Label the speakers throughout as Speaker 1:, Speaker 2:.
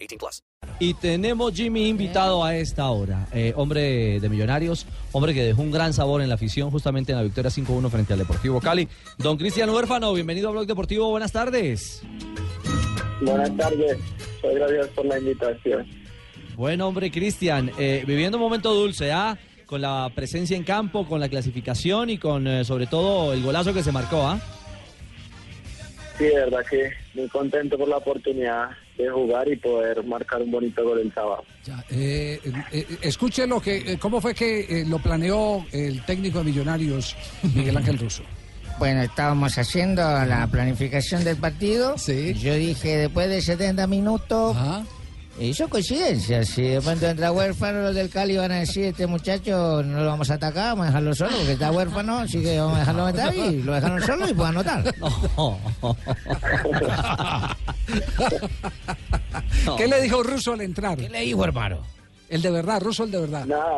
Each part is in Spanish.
Speaker 1: 18 plus.
Speaker 2: Y tenemos Jimmy invitado a esta hora. Eh, hombre de Millonarios, hombre que dejó un gran sabor en la afición justamente en la victoria 5-1 frente al Deportivo Cali. Don Cristian Huérfano, bienvenido a Blog Deportivo, buenas tardes.
Speaker 3: Buenas tardes, muchas gracias por la invitación.
Speaker 2: Buen hombre Cristian, eh, viviendo un momento dulce, ¿ah? Con la presencia en campo, con la clasificación y con eh, sobre todo el golazo que se marcó, ¿ah?
Speaker 3: Sí, de verdad que muy contento por la oportunidad de jugar y poder marcar un bonito gol el sábado.
Speaker 4: Ya, eh, eh, escuche lo que, eh, cómo fue que eh, lo planeó el técnico de Millonarios, Miguel Ángel Russo.
Speaker 5: Bueno, estábamos haciendo la planificación del partido.
Speaker 4: Sí. Ah.
Speaker 5: Yo dije después de 70 minutos.
Speaker 4: Ajá.
Speaker 5: Hizo coincidencia. Si de pronto entra huérfano, los del Cali van a decir: Este muchacho no lo vamos a atacar, vamos a dejarlo solo, porque está huérfano, así que vamos a dejarlo meter y lo dejaron solo y puede anotar.
Speaker 4: ¿Qué le dijo Russo al entrar?
Speaker 5: ¿Qué le dijo, hermano?
Speaker 4: El de verdad, Russo el de verdad.
Speaker 3: Nada,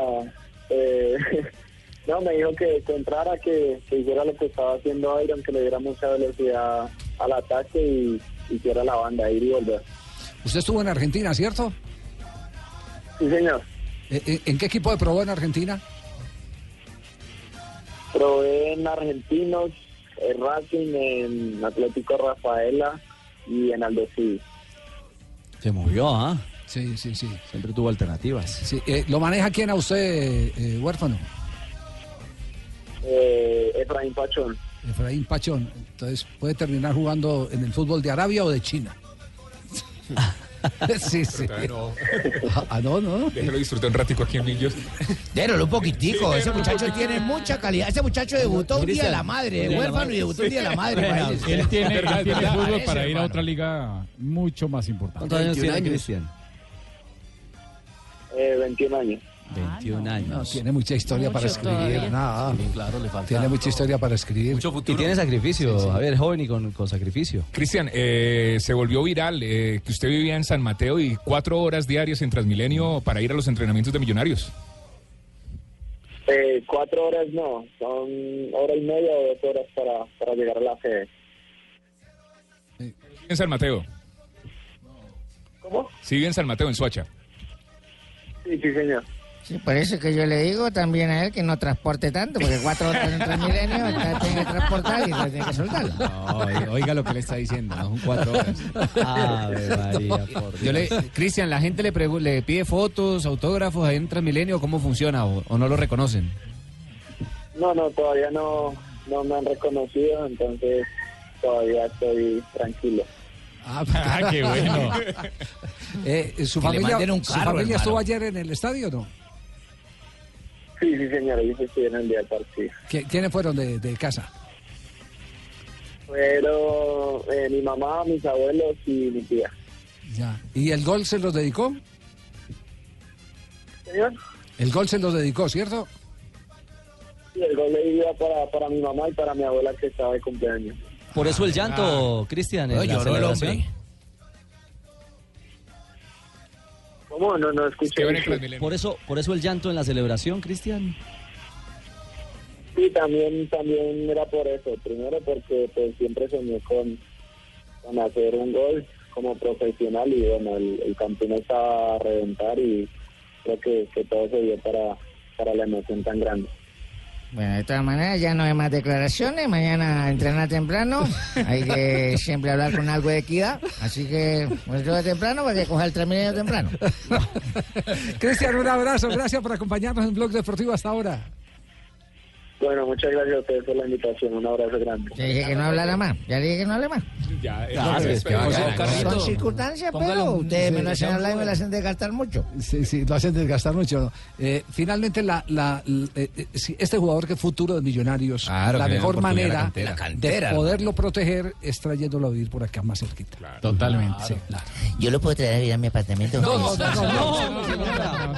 Speaker 3: eh, no, me dijo que, que entrara, que, que hiciera lo que estaba haciendo Iron, que le diera mucha velocidad al ataque y hiciera la banda, ir y volver.
Speaker 4: Usted estuvo en Argentina, ¿cierto?
Speaker 3: Sí, señor.
Speaker 4: Eh, eh, ¿En qué equipo de probó en Argentina?
Speaker 3: Probé en Argentinos, en Racing, en Atlético Rafaela y en Aldo Civi.
Speaker 2: Se movió, ¿ah?
Speaker 4: Sí, sí, sí.
Speaker 2: Siempre tuvo alternativas.
Speaker 4: sí. eh, ¿Lo maneja quién a usted, eh, eh, huérfano?
Speaker 3: Eh, Efraín Pachón.
Speaker 4: Efraín Pachón. Entonces, ¿puede terminar jugando en el fútbol de Arabia o de China? sí, sí.
Speaker 6: No,
Speaker 4: Ah, no, no.
Speaker 6: déjelo disfrutar un ratico aquí en Millos.
Speaker 5: Dérolo un poquitico. Ese muchacho tiene mucha calidad. Ese muchacho debutó un día de la madre,
Speaker 7: Cristian.
Speaker 5: huérfano, y debutó un día de la madre. para ellos.
Speaker 7: Él tiene, él tiene
Speaker 5: Parece,
Speaker 7: fútbol para ir a
Speaker 5: hermano.
Speaker 7: otra liga mucho más importante.
Speaker 2: ¿Cuántos años tiene
Speaker 4: 21 años.
Speaker 2: Cristian?
Speaker 3: Eh, 21 años.
Speaker 2: 21
Speaker 4: No,
Speaker 2: años.
Speaker 4: tiene mucha historia para escribir.
Speaker 5: ah,
Speaker 4: Nada. Tiene mucha historia para escribir.
Speaker 2: Y tiene sacrificio, Javier, joven y con, con sacrificio.
Speaker 6: Cristian, eh, se volvió viral eh, que usted vivía en San Mateo y cuatro horas diarias en Transmilenio para ir a los entrenamientos de Millonarios.
Speaker 3: Eh, cuatro horas no, son hora y media o dos horas para, para llegar a la sede.
Speaker 6: En San Mateo.
Speaker 3: ¿Cómo?
Speaker 6: Sí, en San Mateo, en Suacha.
Speaker 3: Sí, sí, señor.
Speaker 5: Sí, por eso que yo le digo también a él que no transporte tanto, porque cuatro horas en Transmilenio está- tiene que transportar y este tiene que soltarlo.
Speaker 8: Oiga lo que le está diciendo, ¿no? Son cuatro horas.
Speaker 2: Ave María, por Dios.
Speaker 8: Yo le, Cristian, la gente le, pregu- le pide fotos, autógrafos ahí en Transmilenio, ¿cómo funciona? ¿O, o no lo reconocen?
Speaker 3: No, no, todavía no, no me han reconocido, entonces todavía estoy tranquilo.
Speaker 4: Ah,
Speaker 7: Ah, qué bueno.
Speaker 4: eh, ¿Su
Speaker 5: Que le
Speaker 4: familia,
Speaker 5: manden un
Speaker 4: su
Speaker 5: carro,
Speaker 4: familia
Speaker 5: hermano.
Speaker 4: estuvo ayer en el estadio o no?
Speaker 3: Sí, sí, señor, ellos estuvieron el día del partido.
Speaker 4: ¿Qui- ¿Quiénes fueron de, de casa?
Speaker 3: Pero eh, mi mamá, mis abuelos y mi tía.
Speaker 4: Ya. ¿Y el gol se los dedicó?
Speaker 3: Señor,
Speaker 4: El gol se los dedicó, ¿cierto?
Speaker 3: y el gol le iba para, para mi mamá y para mi abuela que estaba de cumpleaños.
Speaker 2: Por eso el llanto, Cristian, en
Speaker 8: Ah. Ay,
Speaker 2: la
Speaker 8: lloró el
Speaker 2: celebración.
Speaker 8: hombre.
Speaker 3: ¿Cómo? No, no escuché.
Speaker 6: Que ven en
Speaker 8: Em.
Speaker 6: Transmilenio.
Speaker 2: Por eso, por eso el llanto en la celebración, Cristian.
Speaker 3: Sí, también, también era por eso. Primero porque pues, siempre soñé con, con hacer un gol como profesional y bueno, el, el campeón estaba a reventar y creo que, que todo se dio para, para la emoción tan grande.
Speaker 5: Bueno, de todas maneras, ya no hay más declaraciones. Mañana entrenar temprano. Hay que siempre hablar con algo de equidad. Así que, pues yo de temprano para que coja el Transmilenio temprano.
Speaker 4: Cristian, un abrazo. Gracias por acompañarnos en Blog Deportivo hasta ahora.
Speaker 3: Bueno, muchas gracias a ustedes por la invitación. Un abrazo grande.
Speaker 5: Ya dije que no hablara más. Ya dije que no hable más.
Speaker 6: Ya,
Speaker 8: Claro,
Speaker 7: pues,
Speaker 8: es que va a
Speaker 6: José
Speaker 8: ganar.
Speaker 6: Carlos,
Speaker 8: Carlito,
Speaker 5: Son circunstancias,
Speaker 8: póngale
Speaker 5: pero
Speaker 8: un-
Speaker 5: ustedes me
Speaker 4: sí,
Speaker 5: lo hacen
Speaker 4: ya
Speaker 5: hablar y me
Speaker 4: fue.
Speaker 5: lo hacen desgastar mucho.
Speaker 4: Sí, sí, lo hacen desgastar mucho. Eh, finalmente, la, la- la- eh, eh, sí, este jugador que es futuro de Millonarios,
Speaker 8: Claro,
Speaker 4: la
Speaker 8: que le den
Speaker 4: mejor
Speaker 8: oportunidad a la
Speaker 4: manera
Speaker 8: cantera. La
Speaker 4: de
Speaker 8: cantera,
Speaker 4: poderlo proteger es trayéndolo a vivir por acá más cerquita.
Speaker 8: Totalmente.
Speaker 5: Yo lo puedo traer ya a mi apartamento.
Speaker 4: No, no, no, no,
Speaker 2: señora.